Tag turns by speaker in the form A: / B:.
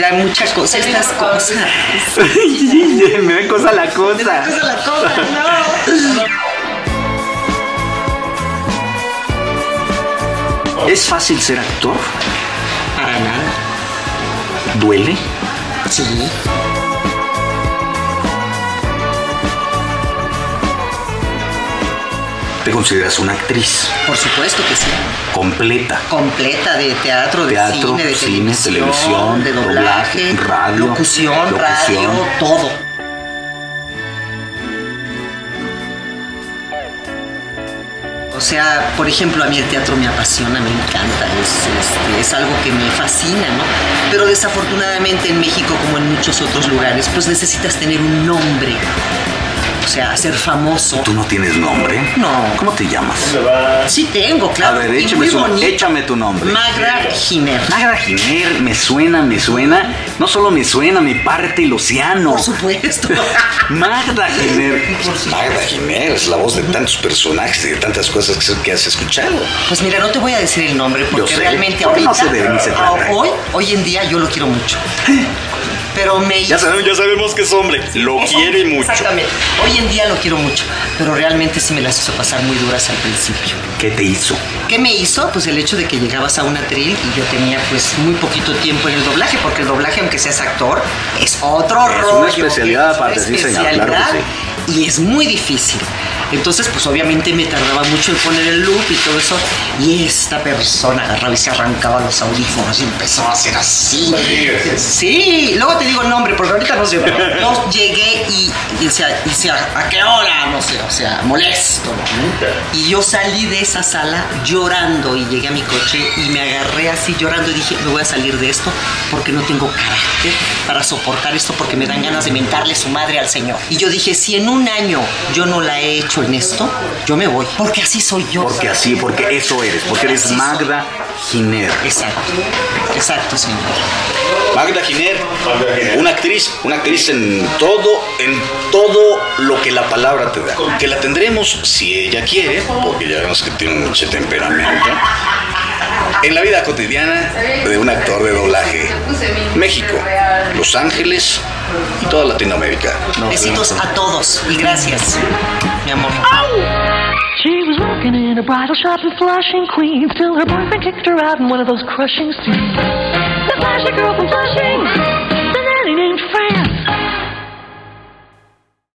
A: da mucha cosa estas cosas.
B: me da cosa la
A: Me da
B: cosa.
A: cosa la cosa, no.
B: ¿Es fácil ser actor?
A: Para nada.
B: ¿Duele?
A: Sí.
B: ¿Te consideras una actriz
A: Por supuesto que sí.
B: completa?
A: completa de teatro, de
B: Teatro,
A: cine, de
B: cine, televisión,
A: televisión, de doblaje,
B: doblaje, radio,
A: locución, radio,
B: locución.
A: todo. O sea, por ejemplo, a mí el teatro me apasiona, me encanta, es, este, es algo que me fascina, ¿no? Pero desafortunadamente en México, como en muchos otros lugares, pues necesitas tener un nombre, o sea, ser famoso.
B: ¿Tú no tienes nombre?
A: No.
B: ¿Cómo te llamas?
A: Sí tengo,
B: A
A: claro,
B: ver,
A: y
B: échame,
A: muy
B: su-
A: bonito.
B: échame tu nombre.
A: Magra Giner.
B: Magra Giner, me suena, me suena. No solo me suena, me parte el océano.
A: Por supuesto.
B: Magda Giner.
C: Magda Jiménez, la voz de tantos personajes y de tantas cosas que, que has escuchado.
A: Pues mira, no te voy a decir el nombre porque
B: sé,
A: realmente
B: porque
A: ahorita,
B: no sé de mí se trata.
A: a- hoy, hoy en día yo lo quiero mucho. Pero me
C: Ya sabemos, ya sabemos que es hombre, lo
A: Eso,
C: quiere mucho.
A: Exactamente. Hoy en día lo quiero mucho, pero realmente sí me las hizo pasar muy duras al principio.
B: ¿Qué te hizo?
A: ¿Qué me hizo? Pues el hecho de que llegabas a un atril y yo tenía pues muy poquito tiempo en el doblaje, porque el doblaje, aunque seas actor, es otro
B: Es una
A: rollo.
B: especialidad
A: es una
B: aparte, sí, señor, claro que
A: especialidad Y es muy difícil. Entonces, pues obviamente me tardaba mucho en poner el loop y todo eso. Y esta persona agarraba y se arrancaba los audífonos y empezó a hacer así. Sí, luego te digo el nombre, porque ahorita no sé. pero Yo llegué y, y decía, y decía, ¿a qué hora? No sé, o sea, molesto. ¿no? Y yo salí de esa sala llorando y llegué a mi coche y me agarré así llorando y dije, me voy a salir de esto porque no tengo carácter para soportar esto porque me dan ganas de mentarle su madre al señor. Y yo dije, si en un año yo no la he hecho en esto, yo me voy. Porque así soy yo.
B: Porque así, porque eso eres, porque eres
A: Así soy.
B: Magda Giner.
A: Exacto, exacto, señor.
C: Magda Giner, una actriz, una actriz en todo, en todo lo que la palabra te da. Que la tendremos si ella quiere, porque ya vemos que tiene mucho temperamento. En la vida cotidiana de un actor de doblaje. México, Los Ángeles y toda Latinoamérica.
A: Besitos a todos y gracias, mi amor.
D: She was working in a bridal shop in Flushing, Queens, till her boyfriend kicked her out in one of those crushing scenes. The flashy girl from Flushing